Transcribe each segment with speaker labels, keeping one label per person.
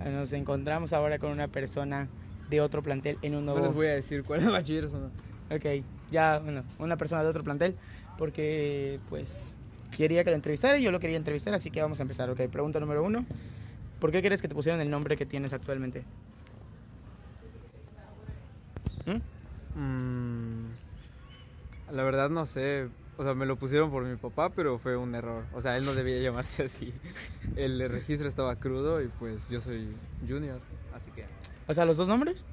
Speaker 1: Ah, Nos encontramos ahora con una persona de otro plantel en un nuevo...
Speaker 2: No les voy a decir cuál es bachiller o no.
Speaker 1: Ok, ya, bueno, una persona de otro plantel, porque pues quería que lo entrevistara y yo lo quería entrevistar, así que vamos a empezar. Ok, pregunta número uno. ¿Por qué crees que te pusieron el nombre que tienes actualmente? ¿Mm?
Speaker 2: Mm, la verdad no sé. O sea, me lo pusieron por mi papá, pero fue un error. O sea, él no debía llamarse así. El registro estaba crudo y pues yo soy junior, así que...
Speaker 1: O sea, los dos nombres?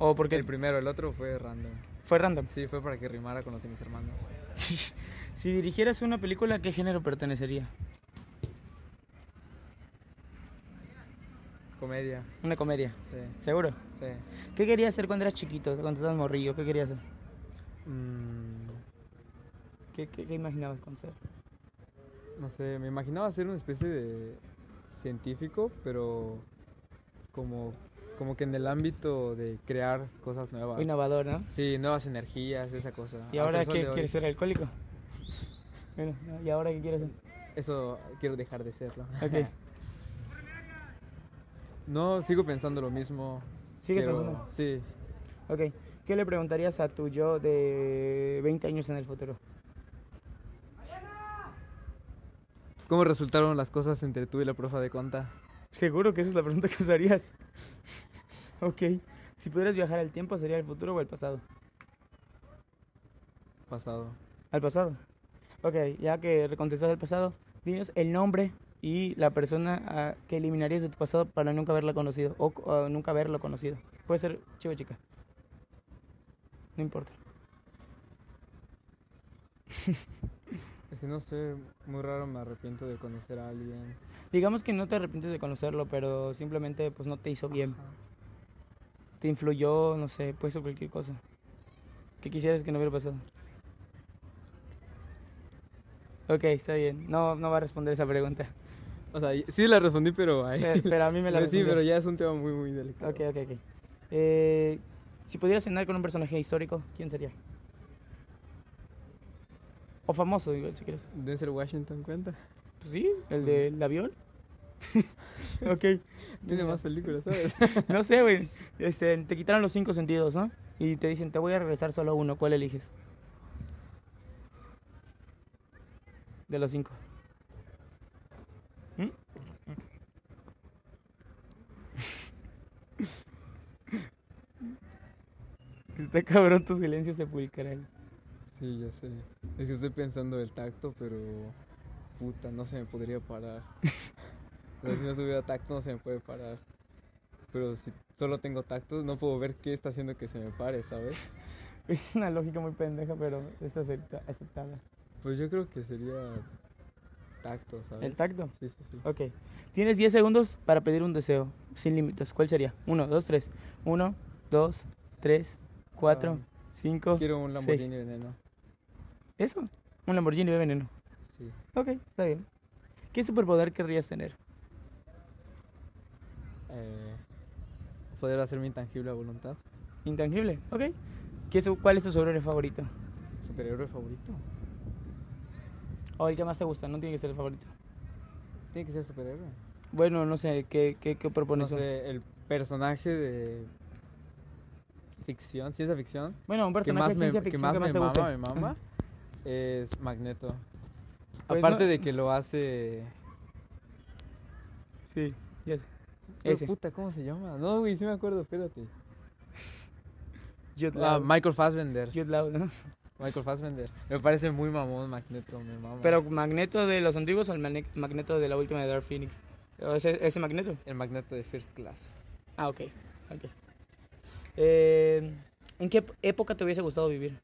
Speaker 1: ¿O porque
Speaker 2: El primero, el otro fue random.
Speaker 1: fue random?
Speaker 2: Sí, fue para que rimara con los de mis hermanos.
Speaker 1: si dirigieras una película, ¿a qué género pertenecería?
Speaker 2: Comedia,
Speaker 1: Una comedia,
Speaker 2: sí,
Speaker 1: seguro.
Speaker 2: sí.
Speaker 1: ¿Qué querías hacer cuando eras chiquito, cuando estabas morrillo? ¿Qué querías hacer?
Speaker 2: Mm,
Speaker 1: ¿Qué, qué- qué imaginabas con ser?
Speaker 2: no sé, me imaginaba ser una especie de científico, pero como, como que en el ámbito de crear cosas nuevas.
Speaker 1: Innovador, ¿no?
Speaker 2: Sí, nuevas energías, esa cosa.
Speaker 1: ¿Y
Speaker 2: Hasta
Speaker 1: ahora
Speaker 2: el sol
Speaker 1: qué
Speaker 2: de hoy.
Speaker 1: quieres ser alcohólico? Bueno, ¿y ahora qué quieres
Speaker 2: Eso quiero dejar de serlo.
Speaker 1: hacer? Ok.
Speaker 2: No, sigo pensando lo mismo.
Speaker 1: ¿Sigues
Speaker 2: Quiero-
Speaker 1: pensando?
Speaker 2: Sí.
Speaker 1: Ok, ¿qué le preguntarías a tu yo de 20 años en el futuro?
Speaker 2: ¿Cómo resultaron las cosas entre tú y la profa de conta?
Speaker 1: Seguro que esa es la pregunta que usarías. ok, si pudieras viajar al tiempo, ¿sería el futuro o el pasado?
Speaker 2: Pasado.
Speaker 1: Al pasado. Ok, ya que contestaste al pasado, dinos el nombre y la persona ah, que eliminarías de tu pasado para nunca haberla conocido o co- o nunca haberlo conocido. Puede ser chico o chica. No importa.
Speaker 2: Es que no sé, muy raro me arrepiento de conocer a alguien.
Speaker 1: Digamos que no te arrepientes de conocerlo, pero simplemente pues no te hizo bien. Te influyó, no sé, pues o cualquier cosa. Que quisieras que no hubiera pasado. Ok, está bien. No, no va a responder esa pregunta.
Speaker 2: O sea, y- sí la respondí, pero ahí.
Speaker 1: Pero, pero a mí me la
Speaker 2: Sí,
Speaker 1: respondió.
Speaker 2: pero ya es un tema muy, muy delicado.
Speaker 1: Ok, ok, ok. Eh, si pudieras cenar con un personaje histórico, ¿quién sería? O famoso, igual, si quieres.
Speaker 2: Denzel Washington cuenta.
Speaker 1: Pues sí, el del avión. ok.
Speaker 2: Tiene más películas, ¿sabes?
Speaker 1: No sé, güey. Este, te quitaron los cinco sentidos, ¿no? Y te dicen, te voy a regresar solo uno. ¿Cuál eliges? De los cinco. ¿Mm? Está cabrón tu silencio sepulcral.
Speaker 2: sí, ya sé. Es que estoy pensando el tacto, pero. Puta, no se me podría parar. O sea, si no tuviera tacto, no se me puede parar. Pero si solo tengo tacto, no puedo ver qué está haciendo que se me pare, ¿sabes?
Speaker 1: Es una lógica muy pendeja, pero es acepta- aceptable.
Speaker 2: Pues yo creo que sería. Tacto, ¿sabes?
Speaker 1: ¿El tacto?
Speaker 2: Sí, sí, sí.
Speaker 1: Ok. Tienes 10 segundos para pedir un deseo, sin límites. ¿Cuál sería? 1, 2, 3. 1, 2, 3, 4,
Speaker 2: Ah,
Speaker 1: 5.
Speaker 2: Quiero un Lamborghini veneno.
Speaker 1: Eso. Un Lamborghini de veneno.
Speaker 2: Sí.
Speaker 1: Ok, está bien. ¿Qué superpoder querrías tener?
Speaker 2: Eh, poder hacerme intangible a voluntad.
Speaker 1: Intangible. Ok. ¿Qué su- ¿Cuál es tu superhéroe favorito?
Speaker 2: Superhéroe favorito.
Speaker 1: O el que más te gusta, no tiene que ser el favorito.
Speaker 2: Tiene que ser superhéroe.
Speaker 1: Bueno, no sé, ¿qué, qué, qué
Speaker 2: No
Speaker 1: propones? tú?
Speaker 2: sé, el personaje de ficción, ciencia ficción,
Speaker 1: Bueno, un
Speaker 2: que
Speaker 1: personaje
Speaker 2: más
Speaker 1: de
Speaker 2: me,
Speaker 1: ciencia
Speaker 2: que
Speaker 1: ficción
Speaker 2: más
Speaker 1: que más
Speaker 2: me
Speaker 1: te
Speaker 2: mama,
Speaker 1: guste.
Speaker 2: me mama, es Magneto.
Speaker 1: Pues
Speaker 2: Aparte
Speaker 1: no-
Speaker 2: de que lo hace.
Speaker 1: Sí, ya sé.
Speaker 2: Pero
Speaker 1: Ese.
Speaker 2: eh, puta, ¿cómo se llama? No, güey, sí me acuerdo, espérate.
Speaker 1: Jude
Speaker 2: Ah,
Speaker 1: Law.
Speaker 2: Michael Fassbender.
Speaker 1: Jude Law, ¿no?
Speaker 2: Michael Fassbender. Me parece muy mamón Magneto, me mama.
Speaker 1: Pero Magneto de los antiguos o el Magne- Magneto de la última de Dark Phoenix. ¿O ese, ese Magneto?
Speaker 2: El Magneto de First Class.
Speaker 1: Ah, ok. ok. Eh, ¿En qué ep- época te hubiese gustado vivir?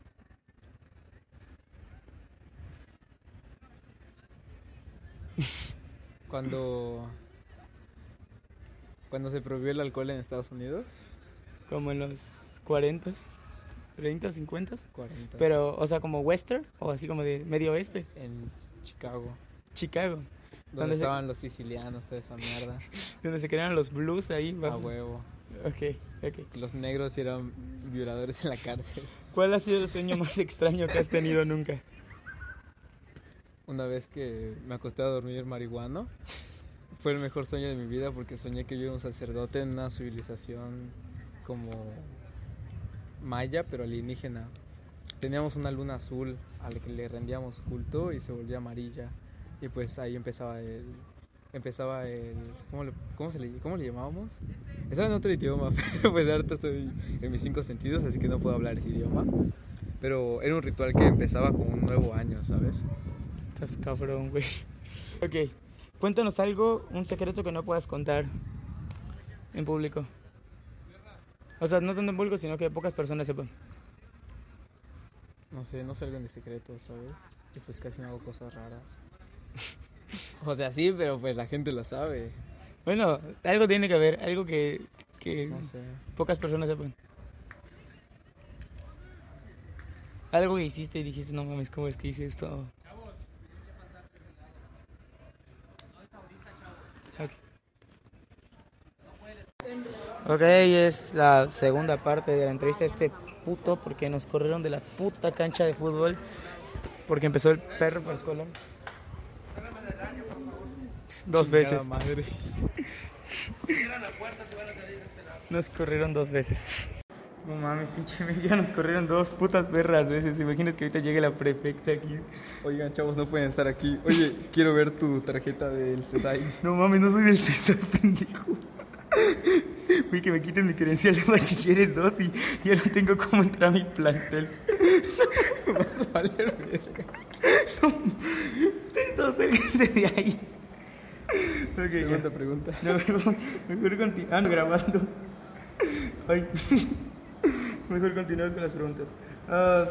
Speaker 2: Cuando. Cuando se prohibió el alcohol en Estados Unidos.
Speaker 1: ¿Como en los 40, 30, 50?
Speaker 2: 40.
Speaker 1: Pero, o sea, como western o así como de medio oeste.
Speaker 2: En Chicago.
Speaker 1: Chicago,
Speaker 2: Donde
Speaker 1: ¿Dónde se-
Speaker 2: estaban los sicilianos, toda esa mierda.
Speaker 1: donde se crearon los blues ahí.
Speaker 2: A
Speaker 1: bajo-
Speaker 2: huevo.
Speaker 1: ok, ok.
Speaker 2: Los negros eran violadores en la cárcel.
Speaker 1: ¿Cuál ha sido el sueño más extraño que has tenido nunca?
Speaker 2: Una vez que me acosté a dormir marihuano, Fue el mejor sueño de mi vida porque soñé que yo era un sacerdote en una civilización como maya, pero alienígena. Teníamos una luna azul a la que le rendíamos culto y se volvía amarilla. Y pues ahí empezaba el. Empezaba el. ¿Cómo, le- cómo se le, cómo le llamábamos? Estaba en otro idioma, pero pues ahorita estoy en mis cinco sentidos, así que no puedo hablar ese idioma. Pero era un ritual que empezaba con un nuevo año, ¿sabes?
Speaker 1: Estás cabrón, güey. Ok, cuéntanos algo, un secreto que no puedas contar en público. O sea, no tanto en público, sino que pocas personas sepan.
Speaker 2: No sé, no salgo de secreto, ¿sabes? Y pues casi no hago cosas raras. o sea, sí, pero pues la gente lo sabe.
Speaker 1: Bueno, algo tiene que haber, algo que, que
Speaker 2: No sé.
Speaker 1: pocas personas sepan. Algo que hiciste y dijiste, no mames, ¿cómo es que hice esto? Ok. Ok, es la segunda parte de la entrevista de este puto porque nos corrieron de la puta cancha de fútbol porque empezó el perro por escolar. Dos
Speaker 2: Chingada
Speaker 1: veces.
Speaker 2: madre.
Speaker 1: Nos corrieron dos veces. No mames, pinche ya nos corrieron dos putas perras veces. ¿Te imaginas que ahorita llegue la prefecta aquí?
Speaker 2: Oigan, chavos, no pueden estar aquí. Oye, quiero ver tu tarjeta del SEDAI.
Speaker 1: No mames, no soy del César, pendejo. Güey, que me quiten mi credencial de bachilleres 2 y ya no tengo cómo entrar a mi plantel.
Speaker 2: Valer verga.
Speaker 1: Ustedes dos sálganse de ahí. Ok, ya.
Speaker 2: Pregunta, pregunta.
Speaker 1: No, mejor, mejor continuamos grabando. Ay. Mejor continuamos con las preguntas. Ah,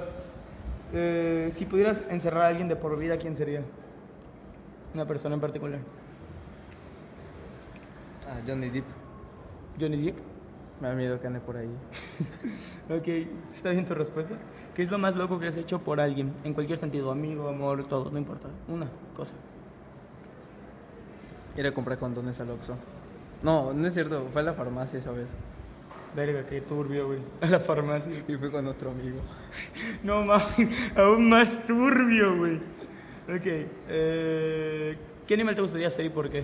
Speaker 1: eh, si pudieras encerrar a alguien de por vida, ¿quién sería? Una persona en particular.
Speaker 2: Ah, Johnny Depp.
Speaker 1: Johnny Depp.
Speaker 2: Me da miedo que ande por ahí.
Speaker 1: Ok, está bien tu respuesta. ¿Qué es lo más loco que has hecho por alguien? En cualquier sentido, amigo, amor, todo, no importa. Una cosa.
Speaker 2: Ir a comprar condones al Oxxo. No, no es cierto. Fue a la farmacia esa vez.
Speaker 1: Verga, qué turbio, güey. A la farmacia.
Speaker 2: Y fui con nuestro amigo.
Speaker 1: No mames, aún más turbio, güey. Ok, eh, ¿qué animal te gustaría ser y por qué?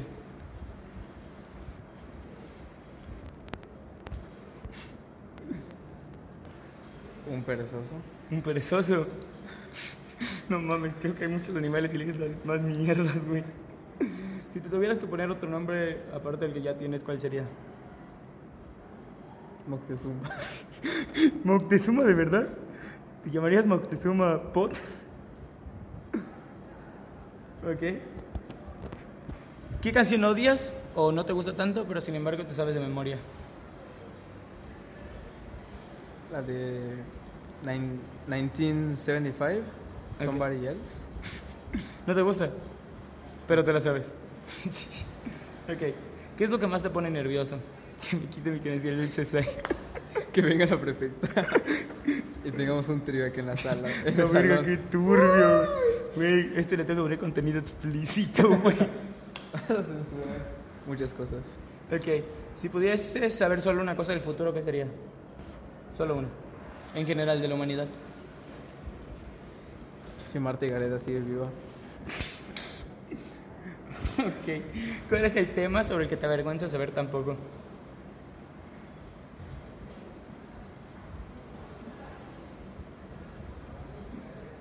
Speaker 2: Un perezoso.
Speaker 1: Un perezoso. No mames, creo que hay muchos animales que eliges las más mierdas, güey. Si te tuvieras que poner otro nombre aparte del que ya tienes, ¿cuál sería?
Speaker 2: Moctezuma.
Speaker 1: Moctezuma, ¿de verdad? ¿Te llamarías Moctezuma Pot? ok. ¿Qué canción odias o no te gusta tanto, pero sin embargo te sabes de memoria?
Speaker 2: La de nine- 1975,
Speaker 1: Ok.
Speaker 2: Somebody Else.
Speaker 1: No te gusta, pero te la sabes. ok. ¿Qué es lo que más te pone nervioso? Que me quite mi credencial del CSI.
Speaker 2: Que venga la prefecta. y tengamos un trío aquí en la sala. En
Speaker 1: La
Speaker 2: el
Speaker 1: verga,
Speaker 2: salón.
Speaker 1: qué turbio. Güey, este le tengo que poner contenido explícito, güey.
Speaker 2: Muchas cosas.
Speaker 1: ok. Si pudieses saber solo una cosa del futuro, ¿qué sería? Solo una. En general, de la humanidad.
Speaker 2: Si Marta y Gareda sigue viva.
Speaker 1: ok. ¿Cuál es el tema sobre el que te avergüenza saber tampoco?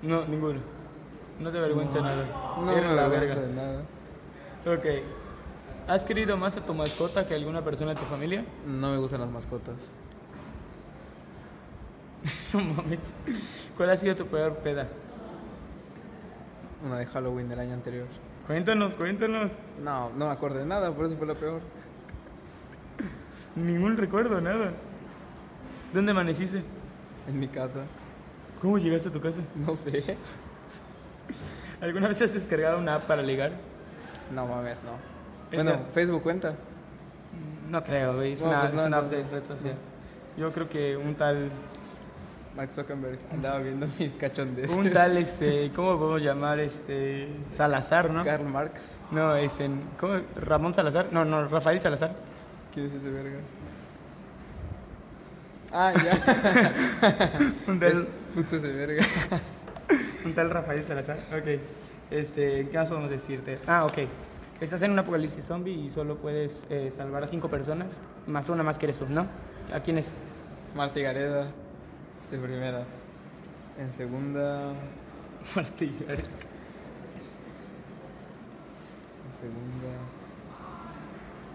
Speaker 1: No, ninguno. No te avergüenza nada.
Speaker 2: No
Speaker 1: Eres
Speaker 2: me
Speaker 1: la
Speaker 2: avergüenza
Speaker 1: verga.
Speaker 2: de nada.
Speaker 1: Ok. ¿Has querido más a tu mascota que a alguna persona de tu familia?
Speaker 2: No me gustan las mascotas.
Speaker 1: no mames. ¿Cuál ha sido tu peor peda?
Speaker 2: Una de Halloween del año anterior.
Speaker 1: Cuéntanos, cuéntanos.
Speaker 2: No, no me acuerdo de nada, por eso fue la peor.
Speaker 1: Ningún recuerdo, nada. ¿Dónde amaneciste?
Speaker 2: En mi casa.
Speaker 1: ¿Cómo llegaste a tu casa?
Speaker 2: No sé.
Speaker 1: ¿Alguna vez has descargado una app para ligar?
Speaker 2: No mames, no.
Speaker 1: Es
Speaker 2: Bueno,
Speaker 1: que-
Speaker 2: Facebook cuenta.
Speaker 1: Mm, No creo, güey. Es
Speaker 2: No,
Speaker 1: una,
Speaker 2: pues
Speaker 1: es
Speaker 2: no,
Speaker 1: una app de
Speaker 2: entonces,
Speaker 1: red social. Yo creo que un tal.
Speaker 2: Mark Zuckerberg andaba viendo mis cachondes.
Speaker 1: Un tal, este. ¿Cómo podemos llamar? Este. Salazar, ¿no?
Speaker 2: Karl Marx.
Speaker 1: No, este. ¿Cómo? ¿Ramón Salazar? No, no, Rafael Salazar.
Speaker 2: ¿Quién es ese verga? Ah, ya.
Speaker 1: Un
Speaker 2: es
Speaker 1: tal,
Speaker 2: puto ese verga.
Speaker 1: un tal Rafael Salazar. Ok. Este. ¿Qué más podemos decirte? Ah, ok. Estás en un apocalipsis zombie y solo puedes eh, salvar a cinco personas, más una más que eres tú, ¿no? ¿A quién es?
Speaker 2: Marta y Gareda, de primeras. En segunda. En segunda.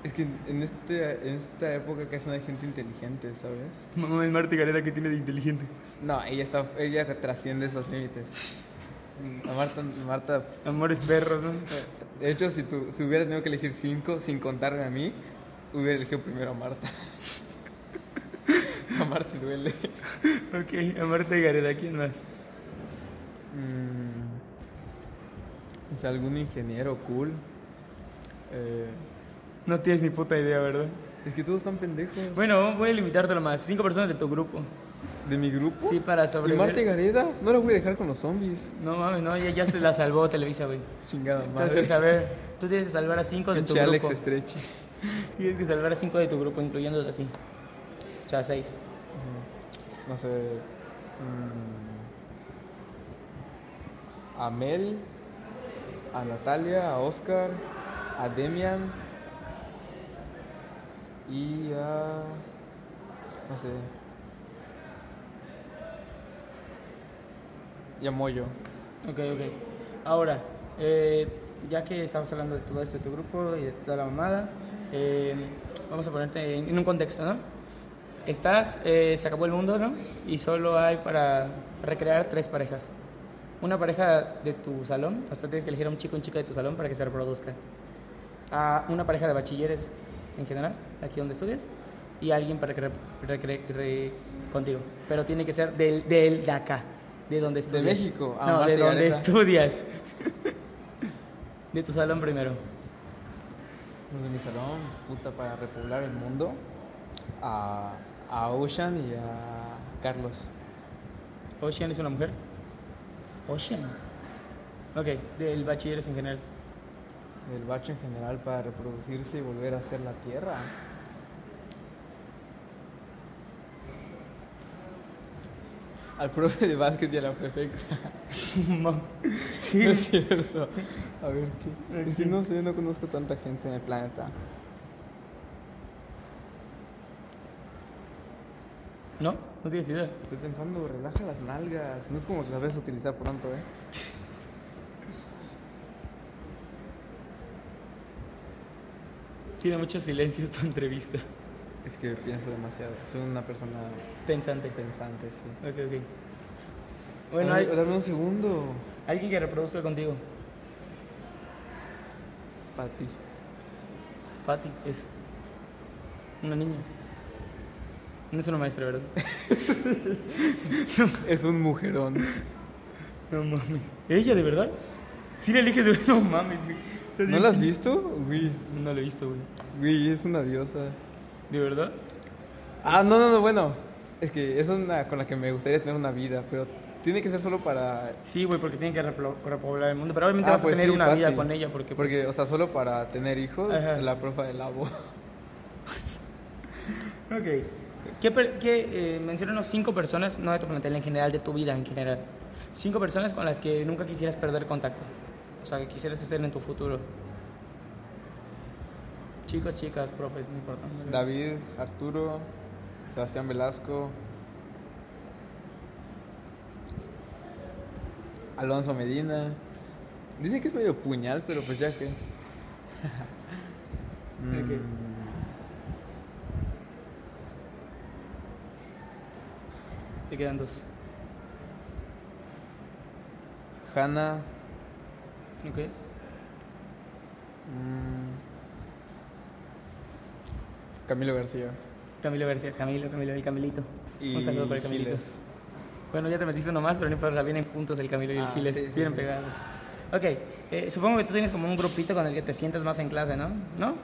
Speaker 2: Es que en- en, este, en esta época casi no hay gente inteligente, ¿sabes?
Speaker 1: Mamá es Marta Gareda que tiene de inteligente.
Speaker 2: No, ella está ella trasciende esos límites. A Marta, Marta
Speaker 1: Amores perros, ¿no?
Speaker 2: de hecho, si, tú, si hubiera tenido que elegir cinco sin contarme a mí, hubiera elegido primero a Marta. a Marta duele.
Speaker 1: ok, a Marta Gareda, ¿quién más?
Speaker 2: Mm, o sea, algún ingeniero cool. Eh,
Speaker 1: No tienes ni puta idea, ¿verdad?
Speaker 2: es que todos están pendejos.
Speaker 1: Bueno, voy a limitártelo más. Cinco personas de tu grupo.
Speaker 2: ¿De mi grupo?
Speaker 1: Sí, para
Speaker 2: Uh, ¿Y Marta y
Speaker 1: sobrevivir.
Speaker 2: Gareda? No la voy a dejar con los zombies.
Speaker 1: No mames, no, ya, ya se la salvó Televisa, güey.
Speaker 2: Chingada madre.
Speaker 1: Entonces, a ver, tú tienes que salvar a cinco de tu
Speaker 2: Pinche Alex
Speaker 1: grupo.
Speaker 2: Estrechi.
Speaker 1: Tienes que salvar a cinco de tu grupo, incluyéndote a ti. O sea, seis.
Speaker 2: Ujú. No sé. mm, a Mel, a Natalia, a Oscar, a Demian y a. No sé. Y a Moyo.
Speaker 1: Ok, ok. Ahora, eh, ya que estamos hablando de todo esto, de tu grupo y de toda la mamada, eh, vamos a ponerte en, en un contexto, ¿no? Estás, eh, se acabó el mundo, ¿no? Y solo hay para recrear tres parejas. Una pareja de tu salón, o sea, tienes que elegir a un chico y un chica de tu salón para que se reproduzca. A una pareja de bachilleres en general, aquí donde estudias, y alguien para que recree contigo. Pero tiene que ser del, del de acá, de donde estudias.
Speaker 2: México, a
Speaker 1: No,
Speaker 2: Marta
Speaker 1: de
Speaker 2: y
Speaker 1: donde
Speaker 2: Gareda.
Speaker 1: estudias. De tu salón primero.
Speaker 2: Los de mi salón, puta, para repoblar el mundo. A, a Ocean y a Carlos.
Speaker 1: Ocean es una mujer. Ocean. Ok, del bachilleres en general.
Speaker 2: El bacho en general para reproducirse y volver a hacer la tierra. Al profe de básquet y a la prefecta.
Speaker 1: Mo-
Speaker 2: No es cierto. A ver qué. Es que no sé, no conozco tanta gente en el planeta.
Speaker 1: no, no tienes idea.
Speaker 2: Estoy pensando, relaja las nalgas. No es como que las ves a utilizar pronto, eh.
Speaker 1: Tiene mucho silencio esta entrevista.
Speaker 2: Es que pienso demasiado. Soy una persona
Speaker 1: Pensante.
Speaker 2: pensante, sí.
Speaker 1: Ok, ok. Bueno,
Speaker 2: A ver,
Speaker 1: hay-
Speaker 2: dame un segundo.
Speaker 1: alguien que reproduzca contigo.
Speaker 2: Para ti.
Speaker 1: Patty es una niña. No es una maestra, ¿verdad?
Speaker 2: Es un mujerón.
Speaker 1: No mames. ¿Ella de verdad? Sí la eliges de No mames, güey.
Speaker 2: ¿No la has visto? Güey,
Speaker 1: No la he visto, güey.
Speaker 2: güey, es una diosa.
Speaker 1: ¿De verdad?
Speaker 2: Ah, no, no, no, bueno. Es que es una con la que me gustaría tener una vida, pero tiene que ser solo para.
Speaker 1: Sí, güey, porque tienen que replo- repoblar el mundo. Pero obviamente
Speaker 2: Ah,
Speaker 1: vas
Speaker 2: pues
Speaker 1: a tener
Speaker 2: sí,
Speaker 1: una vida
Speaker 2: Patty.
Speaker 1: con ella porque... pues,
Speaker 2: Porque, o sea, solo para tener hijos,
Speaker 1: Ajá.
Speaker 2: la profa de labo.
Speaker 1: Ok. ¿Qué, per- qué, eh, menciona unos cinco personas, no de tu plantel en general, de tu vida en general? Cinco personas con las que nunca quisieras perder contacto. O sea, que quisieras que estén en tu futuro. Chicos, chicas, profes, no importa.
Speaker 2: David, Arturo, Sebastián Velasco. Alonso Medina. Dicen que es medio puñal, pero pues ya que. Mm.
Speaker 1: Ok. Te quedan dos.
Speaker 2: Hanna.
Speaker 1: Ok.
Speaker 2: mm, Camilo García.
Speaker 1: Camilo García, Camilo, Camilo, el Camilito.
Speaker 2: Y
Speaker 1: Un saludo para el Camilito.
Speaker 2: Giles.
Speaker 1: Bueno, ya te metiste nomás, pero no importa, vienen juntos el Camilo y el
Speaker 2: Ah,
Speaker 1: Giles,
Speaker 2: sí, sí,
Speaker 1: vienen
Speaker 2: sí.
Speaker 1: pegados. Ok, eh, supongo que tú tienes como un grupito con el que te sientas más en clase, ¿no? ¿No?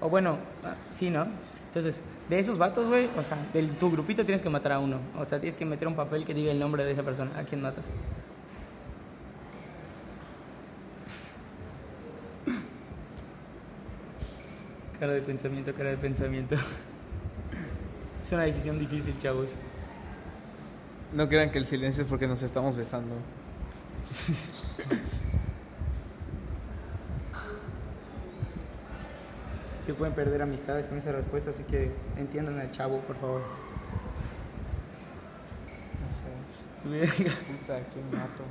Speaker 1: O bueno, ah, sí, ¿no? Entonces, de esos vatos, güey, o sea, de tu grupito tienes que matar a uno. O sea, tienes que meter un papel que diga el nombre de esa persona. ¿A quién matas? Cara de pensamiento, cara de pensamiento. es una decisión difícil, chavos.
Speaker 2: No crean que el silencio es porque nos estamos besando.
Speaker 1: se pueden perder amistades con esa respuesta, así que entiendan al chavo, por favor.
Speaker 2: No sé. Puta, ¿quién mato?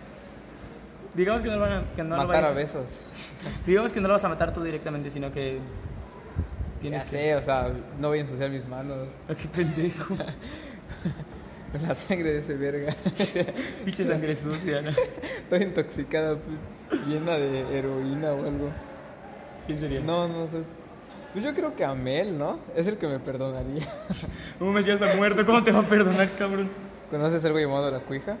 Speaker 1: Digamos que no, lo van a, que no lo
Speaker 2: Matar
Speaker 1: vayas-
Speaker 2: a besos.
Speaker 1: Digamos que no lo vas a matar tú directamente, sino que tienes
Speaker 2: ya
Speaker 1: que...
Speaker 2: sé, o sea, no voy a ensuciar mis manos
Speaker 1: Ah, qué pendejo.
Speaker 2: con la sangre de ese verga.
Speaker 1: Pinche sangre sucia, ¿no?
Speaker 2: Estoy intoxicada, pues, llena de heroína o algo.
Speaker 1: ¿Quién sería?
Speaker 2: No, no sé. Pues yo creo que Amel, ¿no? Es el que me perdonaría.
Speaker 1: Un mesías ha muerto, ¿cómo te va a perdonar, cabrón?
Speaker 2: ¿Conoces algo llamado la cuija?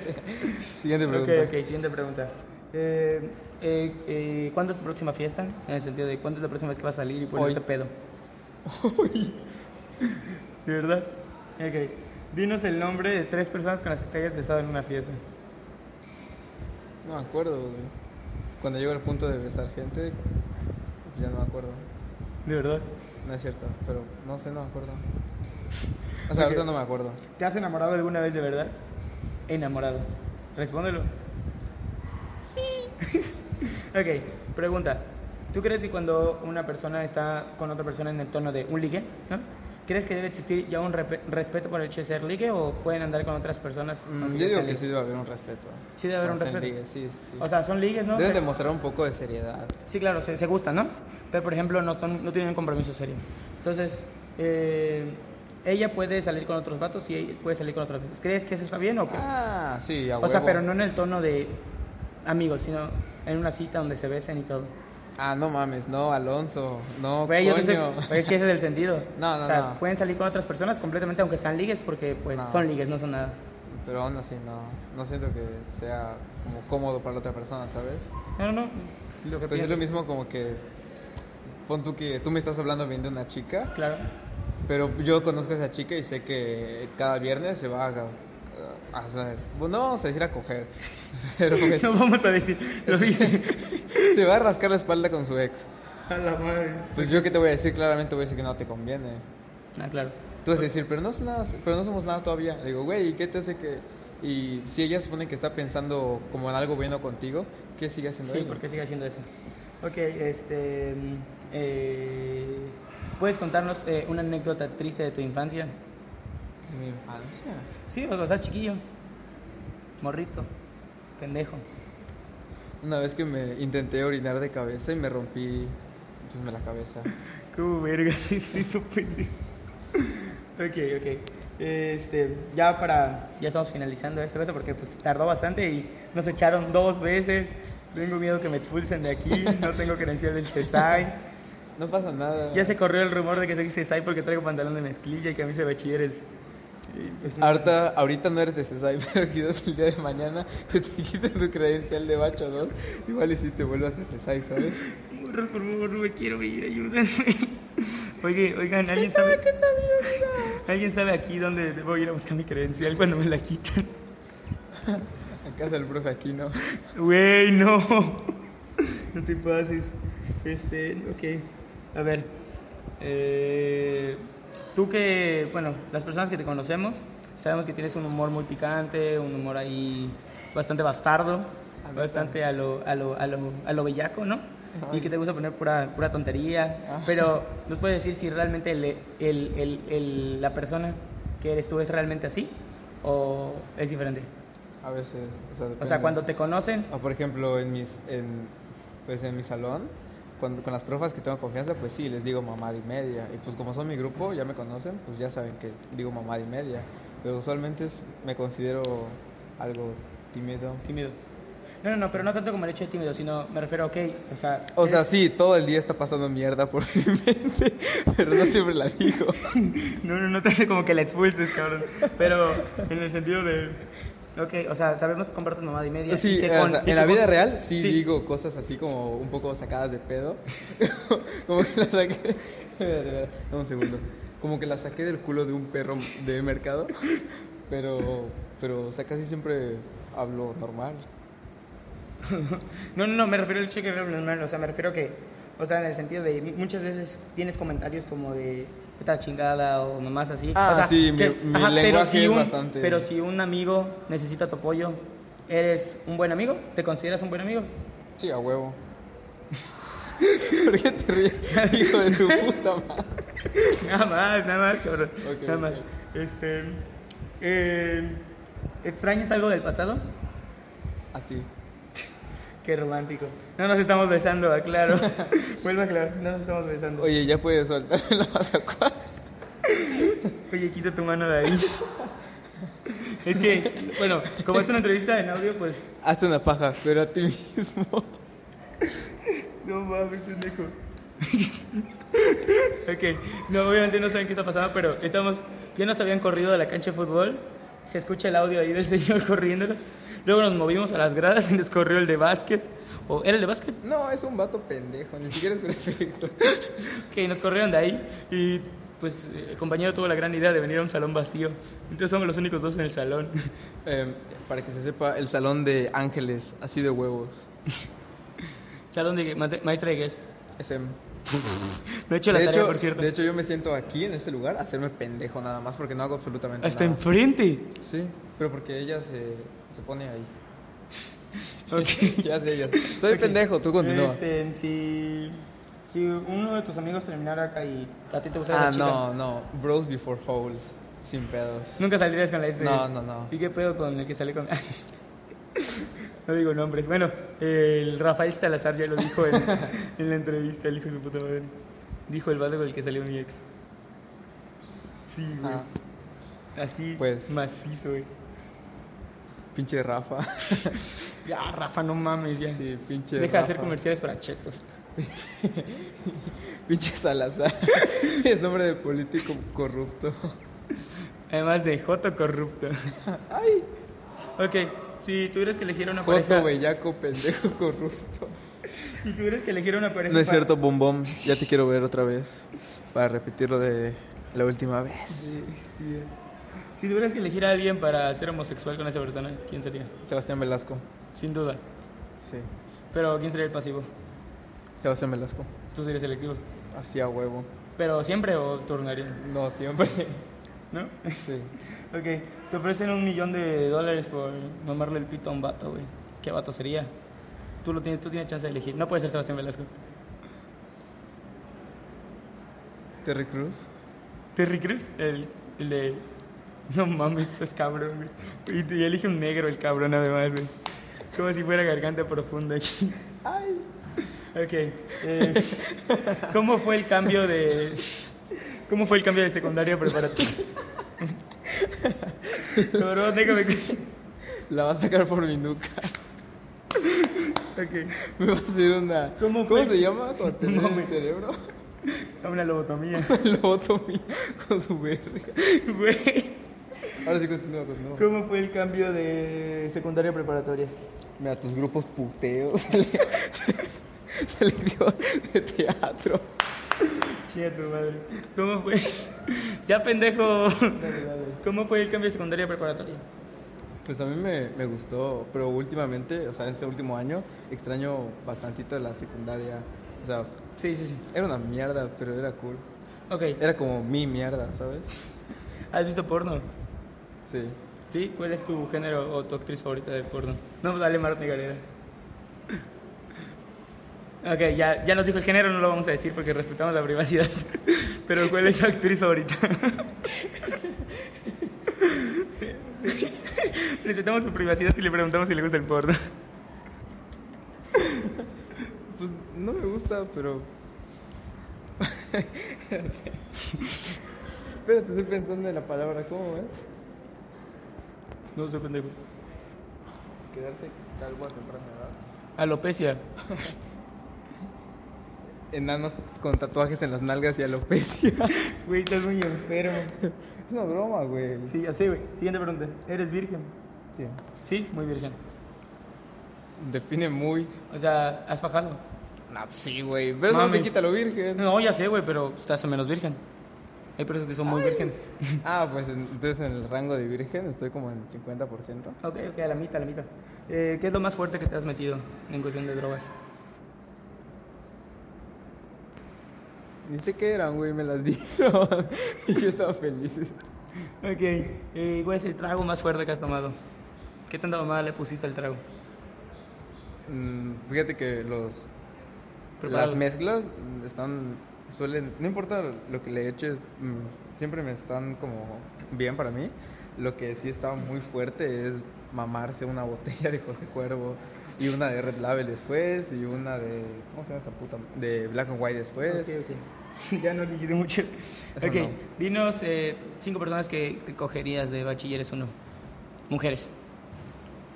Speaker 2: Siguiente pregunta.
Speaker 1: Ok, ok, siguiente pregunta. Eh, eh, eh, ¿Cuándo es tu próxima fiesta? En el sentido de cuándo es la próxima vez que vas a salir y ponerte
Speaker 2: Hoy.
Speaker 1: pedo. ¿De verdad? Ok. Dinos el nombre de tres personas con las que te hayas besado en una fiesta.
Speaker 2: No me acuerdo, güey. Cuando llego al punto de besar gente, pues ya no me acuerdo.
Speaker 1: ¿De verdad?
Speaker 2: No es cierto, pero no sé, no me acuerdo. O sea,
Speaker 1: Ok.
Speaker 2: ahorita no me acuerdo.
Speaker 1: ¿Te has enamorado alguna vez de verdad? Enamorado. Respóndelo. Sí. ok, pregunta. ¿Tú crees que cuando una persona está con otra persona en el tono de un ligue, ¿no? ¿crees que debe existir ya un repe- respeto por el hecho de ser ligue o pueden andar con otras personas?
Speaker 2: Mm,
Speaker 1: aunque
Speaker 2: yo digo
Speaker 1: sean
Speaker 2: que
Speaker 1: ligue?
Speaker 2: sí debe haber un respeto.
Speaker 1: Sí debe haber un
Speaker 2: O sea, en
Speaker 1: respeto.
Speaker 2: ligue, Sí, sí, sí.
Speaker 1: O sea, son ligues, ¿no?
Speaker 2: Deben
Speaker 1: Se-
Speaker 2: demostrar un poco de seriedad.
Speaker 1: Sí, claro, se, se gustan, ¿no? Pero, por ejemplo, no, son- no tienen un compromiso serio. Entonces, eh, ella puede salir con otros vatos y él puede salir con otras vatos. ¿Crees que eso está bien o qué?
Speaker 2: Ah, sí, a
Speaker 1: O sea,
Speaker 2: huevo.
Speaker 1: pero no en el tono de amigos, sino en una cita donde se besen y todo.
Speaker 2: Ah, no mames, no, Alonso. No,
Speaker 1: Güey, yo
Speaker 2: coño.
Speaker 1: te estoy- güey, es que ese es el sentido.
Speaker 2: No, no,
Speaker 1: O sea,
Speaker 2: no.
Speaker 1: pueden salir con otras personas completamente, aunque sean ligues, porque pues
Speaker 2: No.
Speaker 1: son ligues, no son nada.
Speaker 2: Pero aún así, no. No siento que sea como cómodo para la otra persona, ¿sabes?
Speaker 1: No, no, no. Lo que
Speaker 2: Pues es lo
Speaker 1: piensas.
Speaker 2: mismo como que. Pon tú que tú me estás hablando bien de una chica,
Speaker 1: Claro.
Speaker 2: pero yo conozco a esa chica y sé que cada viernes se va a. a- a hacer- bueno, no vamos a decir a coger, pero que
Speaker 1: No vamos a decir, lo hice.
Speaker 2: se va a rascar la espalda con su ex.
Speaker 1: a la madre.
Speaker 2: Pues yo que te voy a decir, claramente voy a decir que no te conviene.
Speaker 1: Ah, claro.
Speaker 2: Tú vas a decir, pero no, es nada, pero no somos nada todavía. Le digo, güey, ¿y qué te hace que.? Y si ella supone que está pensando como en algo bueno contigo, ¿qué sigue haciendo
Speaker 1: Sí,
Speaker 2: ella?
Speaker 1: porque sigue haciendo eso. Ok, este. mm, eh, ¿Puedes contarnos eh, una anécdota triste de tu infancia?
Speaker 2: Mi infancia.
Speaker 1: Sí, vas a estar chiquillo. Morrito. Pendejo.
Speaker 2: Una vez que me intenté orinar de cabeza y me rompí pues, me la cabeza.
Speaker 1: Cómo verga, sí, sí, su pendejo. ok, ok. Este, ya para. Ya estamos finalizando esta cosa porque pues tardó bastante y nos echaron dos veces. Tengo miedo que me expulsen de aquí. No tengo credencial del CESAI.
Speaker 2: No pasa nada.
Speaker 1: Ya se corrió el rumor de que soy CESAI porque traigo pantalón de mezclilla y camisa de bachilleres. Y, pues, no.
Speaker 2: Ahorita, ahorita no eres de CESAI, pero quizás el día de mañana que te quiten tu credencial de bacho 2, igual y si te vuelvas de CESAI, ¿sabes?
Speaker 1: Por favor, me quiero ir, ayúdenme. Oye, oigan, ¿alguien sabe? ¿Alguien sabe aquí dónde debo ir a buscar mi credencial cuando me la quitan?
Speaker 2: En casa del profe Aquino.
Speaker 1: Güey, no. No te pases. Este, ok. A ver. eh, tú que, bueno, las personas que te conocemos, sabemos que tienes un humor muy picante, un humor ahí bastante bastardo,
Speaker 2: A ver,
Speaker 1: bastante a lo, a lo, a lo, a lo bellaco, ¿no? Y
Speaker 2: Ay.
Speaker 1: que te gusta poner pura, pura tontería.
Speaker 2: Ah.
Speaker 1: Pero nos puedes decir si realmente el, el- el- el- la persona que eres tú es realmente así o es diferente.
Speaker 2: A veces, o sea,
Speaker 1: O
Speaker 2: depende.
Speaker 1: sea, cuando te conocen,
Speaker 2: O por ejemplo, en mis, en, pues en mi salón, cuando, con las profas que tengo confianza, pues sí, les digo mamada y media. Y pues como son mi grupo, ya me conocen, pues ya saben que digo mamada y media. Pero usualmente es- me considero algo tímido.
Speaker 1: Tímido. No, no, no, pero no tanto como el hecho de tímido, sino me refiero, ok, o sea...
Speaker 2: O sea,
Speaker 1: eres-
Speaker 2: sí, todo el día está pasando mierda por mi mente, pero no siempre la digo.
Speaker 1: No, no, no tanto como que la expulses, cabrón. Pero en el sentido de... Ok, o sea, sabemos que compartes mamada y media. y
Speaker 2: Sí,
Speaker 1: que
Speaker 2: o
Speaker 1: con-
Speaker 2: sea,
Speaker 1: y que
Speaker 2: en la vida
Speaker 1: con-
Speaker 2: real sí, digo cosas así como un poco sacadas de pedo. como que la saqué. espérate, espérate, dame un segundo. Como que la saqué del culo de un perro de mercado. Pero, pero o sea, casi siempre hablo normal.
Speaker 1: No, no, no, me refiero al hecho de que hablas normal, o sea, me refiero que... O sea, en el sentido de mu- muchas veces tienes comentarios como de puta chingada o mamás así.
Speaker 2: Ah,
Speaker 1: o sea,
Speaker 2: sí, mi- mi lenguaje es
Speaker 1: un,
Speaker 2: bastante-
Speaker 1: Pero si un amigo necesita tu apoyo, ¿eres un buen amigo? ¿Te consideras un buen amigo?
Speaker 2: Sí, a huevo. ¿Por qué te ríes? Hijo de tu puta madre.
Speaker 1: Nada más, nada más, cabrón.
Speaker 2: Ok,
Speaker 1: nada
Speaker 2: ok.
Speaker 1: más. Este. eh, ¿Extrañas algo del pasado?
Speaker 2: A ti.
Speaker 1: Qué romántico. No nos estamos besando, aclaro. Vuelvo a aclarar, no nos estamos besando. Oye,
Speaker 2: Oye, ya puedes soltar la pasacual.
Speaker 1: quita tu mano de ahí. es que, bueno, como es una entrevista en audio, pues.
Speaker 2: Hazte una paja, pero a ti mismo.
Speaker 1: No mames, pendejo. ok, no, obviamente no saben qué está pasando, pero estamos. Ya nos habían corrido de la cancha de fútbol. Se escucha el audio ahí del señor corriéndolos. Luego nos movimos a las gradas y les corrió el de básquet. ¿O ¿Era el de básquet?
Speaker 2: No, es un vato pendejo, ni siquiera es perfecto.
Speaker 1: Que nos corrieron de ahí y pues el compañero tuvo la gran idea de venir a un salón vacío. Entonces somos los únicos dos en el salón.
Speaker 2: Em, para que se sepa, el salón de ángeles, así de huevos.
Speaker 1: Salón de ma- maestra de gués.
Speaker 2: SM.
Speaker 1: No he hecho la
Speaker 2: em. de,
Speaker 1: tarea,
Speaker 2: hecho,
Speaker 1: por cierto.
Speaker 2: de hecho, yo me siento aquí en este lugar a hacerme pendejo nada más porque no hago absolutamente
Speaker 1: Hasta
Speaker 2: nada.
Speaker 1: enfrente.
Speaker 2: Sí, pero porque ella se, se pone ahí.
Speaker 1: Ok.
Speaker 2: Ya sé, ella. Estoy
Speaker 1: Ok.
Speaker 2: pendejo, tú continúa.
Speaker 1: Este, si, si uno de tus amigos terminara acá y a ti te gusta
Speaker 2: Ah,
Speaker 1: la chica.
Speaker 2: no, no. Bros before holes. Sin pedos.
Speaker 1: Nunca saldrías con la S.
Speaker 2: No, no, no.
Speaker 1: ¿Y qué pedo con el que sale con.? no digo nombres. Bueno, el Rafael Salazar ya lo dijo en, en la entrevista, el hijo de su puta madre. Dijo el vato con el que salió mi ex. Sí, güey.
Speaker 2: Ah,
Speaker 1: Así,
Speaker 2: pues.
Speaker 1: macizo, güey.
Speaker 2: pinche Rafa.
Speaker 1: Ah, Rafa, no mames, ya.
Speaker 2: Sí, pinche
Speaker 1: Deja de hacer
Speaker 2: Rafa.
Speaker 1: comerciales para chetos.
Speaker 2: Pinche Salazar. es nombre de político corrupto.
Speaker 1: Además de Joto corrupto.
Speaker 2: Ay,
Speaker 1: ok, si tuvieras que elegir una pareja.
Speaker 2: Joto Bellaco, pendejo corrupto.
Speaker 1: Si tuvieras que elegir una pareja.
Speaker 2: No es
Speaker 1: para-
Speaker 2: cierto, Bom Bom. Ya te quiero ver otra vez. Para repetirlo de la última vez.
Speaker 1: Bestia. Si tuvieras que elegir a alguien para ser homosexual con esa persona, ¿quién sería?
Speaker 2: Sebastián Velasco.
Speaker 1: Sin duda.
Speaker 2: Sí.
Speaker 1: Pero ¿quién sería el pasivo?
Speaker 2: Sebastián Velasco.
Speaker 1: Tú serías el activo.
Speaker 2: Así a huevo.
Speaker 1: Pero siempre o turnaría,
Speaker 2: No, siempre.
Speaker 1: ¿no?
Speaker 2: Sí.
Speaker 1: ok, te ofrecen un millón de dólares por mamarle el pito a un vato, güey. ¿Qué vato sería? Tú, lo tienes, tú tienes chance de elegir. No puede ser Sebastián Velasco.
Speaker 2: Terry Cruz.
Speaker 1: Terry Crews, el, el de... No mames, estás cabrón, güey. Y, y elige un negro el cabrón además, güey. Como si fuera garganta profunda aquí.
Speaker 2: Ay.
Speaker 1: Ok. eh, ¿Cómo fue el cambio de. ¿Cómo fue el cambio de secundaria a preparatoria? Cabrón, déjame. que-
Speaker 2: La va a sacar por mi nuca.
Speaker 1: Ok.
Speaker 2: Me va a hacer una.
Speaker 1: ¿Cómo fue?
Speaker 2: se llama? Cuando te
Speaker 1: No,
Speaker 2: leen
Speaker 1: güey.
Speaker 2: el cerebro.
Speaker 1: a Una lobotomía.
Speaker 2: Lobotomía con su verga.
Speaker 1: Güey.
Speaker 2: Ahora sí continúa, continúa.
Speaker 1: ¿Cómo fue el cambio de secundaria a preparatoria?
Speaker 2: Mira, tus grupos puteos. Selección de teatro.
Speaker 1: Chinga tu madre. ¿Cómo fue? Ya pendejo. ¿Cómo fue el cambio de secundaria a preparatoria?
Speaker 2: Pues a mí me, me gustó, pero últimamente, o sea, en este último año, extraño bastantito la secundaria. O sea,
Speaker 1: Sí, sí, sí.
Speaker 2: era una mierda, pero era cool.
Speaker 1: Ok.
Speaker 2: Era como mi mierda, ¿sabes?
Speaker 1: ¿Has visto porno?
Speaker 2: Sí.
Speaker 1: ¿Sí? ¿Cuál es tu género o tu actriz favorita de porno? No, dale Marta Gareda. Ok, ya, ya nos dijo el género, no lo vamos a decir porque respetamos la privacidad. Pero ¿cuál es tu actriz favorita? respetamos su privacidad y le preguntamos si le gusta el porno.
Speaker 2: Pues no me gusta, pero. Espérate, estoy pensando en la palabra, ¿cómo ves?
Speaker 1: No sé, pendejo.
Speaker 2: Quedarse calvo a temprana edad.
Speaker 1: Alopecia.
Speaker 2: Enanos con tatuajes en las nalgas y alopecia.
Speaker 1: Güey, estás muy enfermo.
Speaker 2: es una broma, güey.
Speaker 1: Sí, así, güey. Siguiente pregunta. ¿Eres virgen?
Speaker 2: Sí.
Speaker 1: Sí, muy virgen.
Speaker 2: Define muy.
Speaker 1: O sea, ¿has fajado?
Speaker 2: Nah, pues sí, güey. Pero eso no te
Speaker 1: Mames.
Speaker 2: quita lo virgen.
Speaker 1: No, ya sé, güey, pero estás menos virgen. Hay personas que son muy vírgenes.
Speaker 2: Ah, pues en- entonces en el rango de virgen estoy como en 50%.
Speaker 1: Ok, ok, a la mitad, a la mitad. Eh, ¿Qué es lo más fuerte que te has metido en cuestión de drogas?
Speaker 2: Ni sé qué eran, güey, me las dieron. y yo estaba feliz.
Speaker 1: Ok, eh, ¿cuál es el trago más fuerte que has tomado? ¿Qué tanta mamada le pusiste al trago?
Speaker 2: Mm, fíjate que los
Speaker 1: preparados.
Speaker 2: Las mezclas mm, están, suelen, no importa lo que le eche, mm, siempre me están como bien para mí. Lo que sí está muy fuerte es mamarse una botella de José Cuervo y una de Red Label después y una de, ¿cómo se llama esa puta? De Black and White después.
Speaker 1: Ok, ok. ya nos dijiste mucho.
Speaker 2: Eso
Speaker 1: ok,
Speaker 2: no.
Speaker 1: dinos eh, cinco personas que te cogerías de bachilleres uno. Mujeres.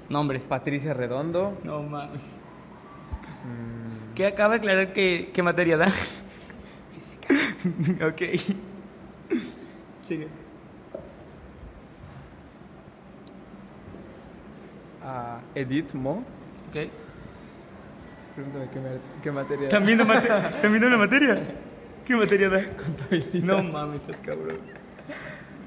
Speaker 1: Nombres.
Speaker 2: Patricia Redondo.
Speaker 1: No mames.
Speaker 2: mm,
Speaker 1: Que acaba de aclarar que, qué materia da. Física. ok. Sigue.
Speaker 2: a Edith Mo.
Speaker 1: Ok.
Speaker 2: Pregúntame qué, ma- qué materia.
Speaker 1: ¿También da, mate- también da una materia? ¿Qué materia da? No mames, estás cabrón.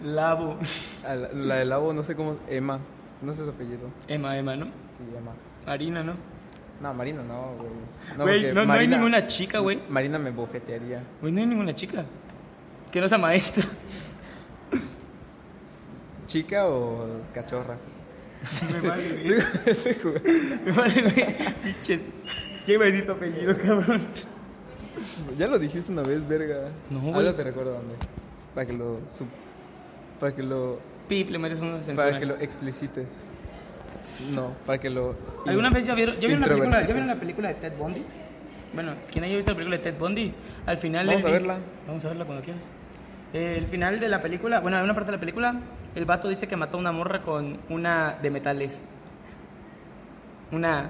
Speaker 1: Lavo.
Speaker 2: A la, la de Labo, no sé cómo. Emma. No sé su apellido.
Speaker 1: Emma, Emma, ¿no?
Speaker 2: Sí, Emma.
Speaker 1: Marina, ¿no?
Speaker 2: No, Marina no, güey.
Speaker 1: Güey,
Speaker 2: porque
Speaker 1: no- no hay ninguna chica, güey.
Speaker 2: Marina me bofetearía.
Speaker 1: Güey, no hay ninguna chica. Que no sea maestra.
Speaker 2: ¿Chica o cachorra?
Speaker 1: Me vale, güey. Me vale, güey. Piches. Ya iba a decir tu apellido, cabrón.
Speaker 2: ya lo dijiste una vez, verga.
Speaker 1: No,
Speaker 2: Ahora
Speaker 1: güey.
Speaker 2: te recuerdo dónde. Para que lo. sub- Para que lo.
Speaker 1: Pip, le metes una
Speaker 2: Para
Speaker 1: censura.
Speaker 2: que lo explicites. No, para que lo.
Speaker 1: ¿Alguna vez ya vieron, ya vieron, la película, ya
Speaker 2: Introversites.
Speaker 1: vieron la película de Ted Bundy? Bueno, quien haya visto la película de Ted Bundy, al final...
Speaker 2: Vamos
Speaker 1: él
Speaker 2: a
Speaker 1: dice-
Speaker 2: verla.
Speaker 1: vamos a verla cuando quieras. Eh, el final de la película, bueno, en una parte de la película, el vato dice que mató a una morra con una de metales. Una...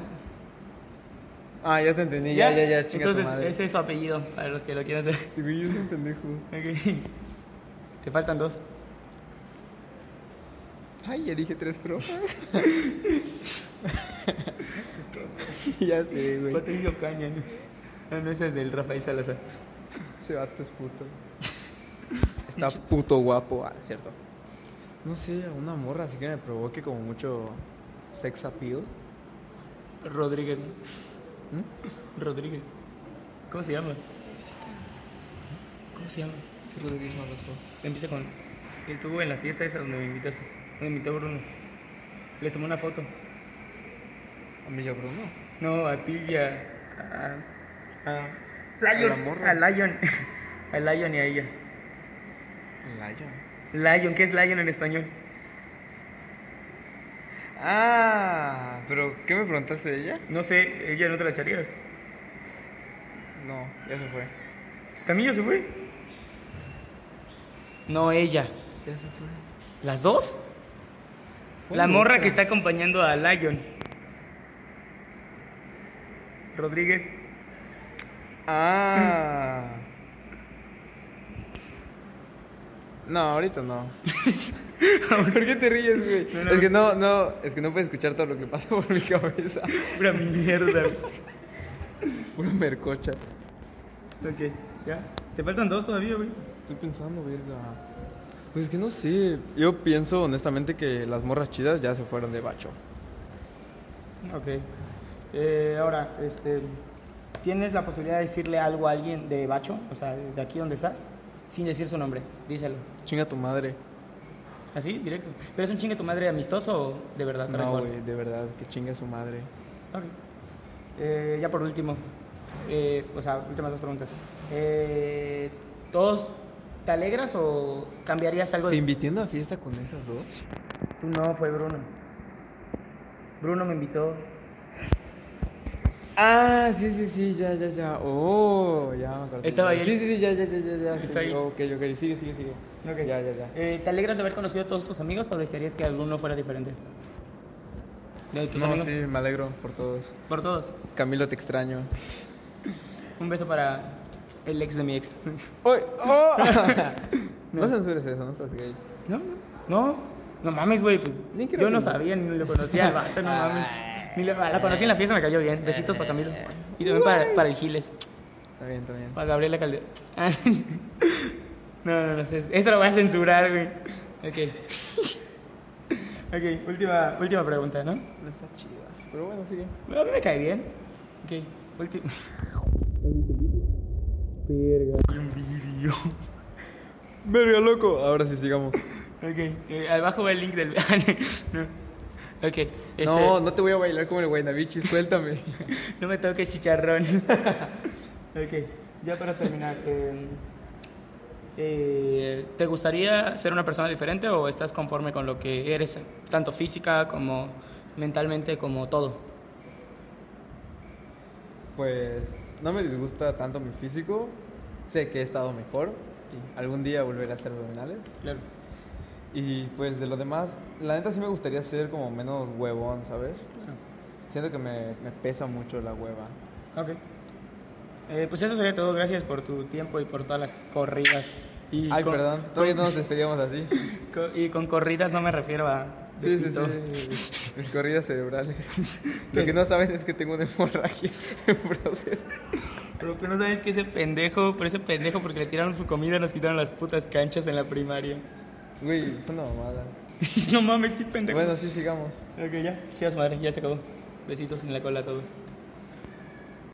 Speaker 2: Ah, ya te entendí, ya, ya, ya, chica
Speaker 1: Entonces,
Speaker 2: tu madre.
Speaker 1: ese es su apellido, para los que lo quieran hacer.
Speaker 2: Este Güey, es un pendejo.
Speaker 1: Ok. Te faltan dos.
Speaker 2: Ay, ya dije tres pro. ya sé, güey.
Speaker 1: Patricio Caña. No, no, ese es del Rafael Salazar.
Speaker 2: Ese vato es puto. Está puto guapo, ah, cierto. No sé, a una morra así que me provoque como mucho sex appeal.
Speaker 1: Rodríguez. ¿no? Rodríguez. ¿Mm? ¿Cómo se llama? ¿Cómo se llama?
Speaker 2: ¿Qué Rodríguez Madrazo?
Speaker 1: Empieza con. Estuvo en la fiesta esa donde me invitaste. Me invitó Bruno. Les tomé una foto.
Speaker 2: A mí yo, Bruno.
Speaker 1: No, a ti y a. A. a-
Speaker 2: la
Speaker 1: Lion.
Speaker 2: morra.
Speaker 1: A Lion. A Lion y a ella.
Speaker 2: Lion.
Speaker 1: Lion, ¿qué es Lion en español?
Speaker 2: Ah, pero ¿qué me preguntaste de ella?
Speaker 1: No sé, ella no te la echarías.
Speaker 2: No, ya se fue.
Speaker 1: ¿También ya se fue? No, ella.
Speaker 2: Ya se fue.
Speaker 1: ¿Las dos?
Speaker 2: ¿Cuál
Speaker 1: La morra
Speaker 2: otra?
Speaker 1: que está acompañando a Lion. Rodríguez.
Speaker 2: Ah. No, ahorita no. ¿Por qué te ríes, güey?
Speaker 1: No, no.
Speaker 2: Es que no, no, es que no puedes escuchar todo lo que pasa por mi cabeza.
Speaker 1: Pura mierda. güey.
Speaker 2: Pura mercocha.
Speaker 1: ok, ya. Te faltan dos todavía, güey.
Speaker 2: Estoy pensando, verga. Pues es que no sé. Yo pienso honestamente que las morras chidas ya se fueron de bacho.
Speaker 1: Ok. Eh, ahora, este. ¿Tienes la posibilidad de decirle algo a alguien de Bacho? O sea, de aquí donde estás. Sin decir su nombre. Díselo.
Speaker 2: Chinga tu madre.
Speaker 1: ¿Así? Directo. ¿Pero es un chingue tu madre amistoso o de verdad?
Speaker 2: No,
Speaker 1: traidor?
Speaker 2: güey, de verdad, que chinga su madre.
Speaker 1: Ok. Eh, ya por último, eh, o sea, últimas dos preguntas. Eh, ¿Todos te alegras o cambiarías algo
Speaker 2: ¿Te
Speaker 1: de
Speaker 2: invité a una fiesta con esas dos?
Speaker 1: No, fue Bruno. Bruno me invitó.
Speaker 2: Ah, sí, sí, sí, ya, ya, ya. Oh, ya me acordé.
Speaker 1: Estaba ahí.
Speaker 2: Sí, sí, sí, ya, ya, ya, ya. ya
Speaker 1: Está
Speaker 2: sí.
Speaker 1: ahí.
Speaker 2: Ok, ok, sigue, sigue, sigue.
Speaker 1: Ok.
Speaker 2: Ya, ya, ya.
Speaker 1: Eh, ¿Te alegras de haber conocido a todos tus amigos o desearías que alguno fuera diferente? De tus
Speaker 2: No,
Speaker 1: amigos.
Speaker 2: sí, me alegro por todos.
Speaker 1: Por todos.
Speaker 2: Camilo, te extraño.
Speaker 1: Un beso para el ex de mi ex.
Speaker 2: ¡Uy! ¡Oh! no censures eso, no estás gay.
Speaker 1: no, no, no. No mames, güey. pues,
Speaker 2: Ni creo
Speaker 1: yo
Speaker 2: que
Speaker 1: no
Speaker 2: no.
Speaker 1: sabía ni lo conocía al vato, no mames. Ni lo- la conocí en la fiesta, me cayó bien. Besitos para Camilo. Y también para, para el Giles.
Speaker 2: Está bien, está bien.
Speaker 1: Para Gabriela Calderón. Ah, no, no, no sé. Eso lo voy a censurar, güey. Ok. Ok, última, última pregunta, ¿no?
Speaker 2: No está chida. Pero bueno, sigue.
Speaker 1: A mí me cae bien. Ok, última. Verga. Un vídeo.
Speaker 2: Verga, loco. Ahora sí, sigamos.
Speaker 1: Ok, eh, abajo va el link del. no. Ok. este,
Speaker 2: No, no te voy a bailar como el Guaynabichi, suéltame.
Speaker 1: No me toques chicharrón. Ok, ya para terminar, eh, eh, ¿te gustaría ser una persona diferente o estás conforme con lo que eres, tanto física como mentalmente, como todo?
Speaker 2: Pues no me disgusta tanto mi físico. Sé que he estado mejor y algún día volveré a hacer abdominales.
Speaker 1: Claro.
Speaker 2: Y pues de lo demás, la neta sí me gustaría ser como menos huevón, ¿sabes? Siento que me, me pesa mucho la hueva.
Speaker 1: Ok. Eh, pues eso sería todo. Gracias por tu tiempo y por todas las corridas. Y
Speaker 2: Ay,
Speaker 1: con-
Speaker 2: perdón, todavía no nos despedíamos así.
Speaker 1: co- y con corridas no me refiero a.
Speaker 2: Sí, sí,
Speaker 1: Pepito.
Speaker 2: sí. Mis corridas cerebrales. Lo que no saben es que tengo una hemorragia en proceso.
Speaker 1: Pero que no sabes que ese pendejo, por ese pendejo, porque le tiraron su comida, nos quitaron las putas canchas en la primaria.
Speaker 2: Güey, fue una mamada.
Speaker 1: no mames, sí, pendejo.
Speaker 2: Bueno, sí, sigamos.
Speaker 1: Ok, ya. Chicas, madre, ya se acabó. Besitos en la cola a todos.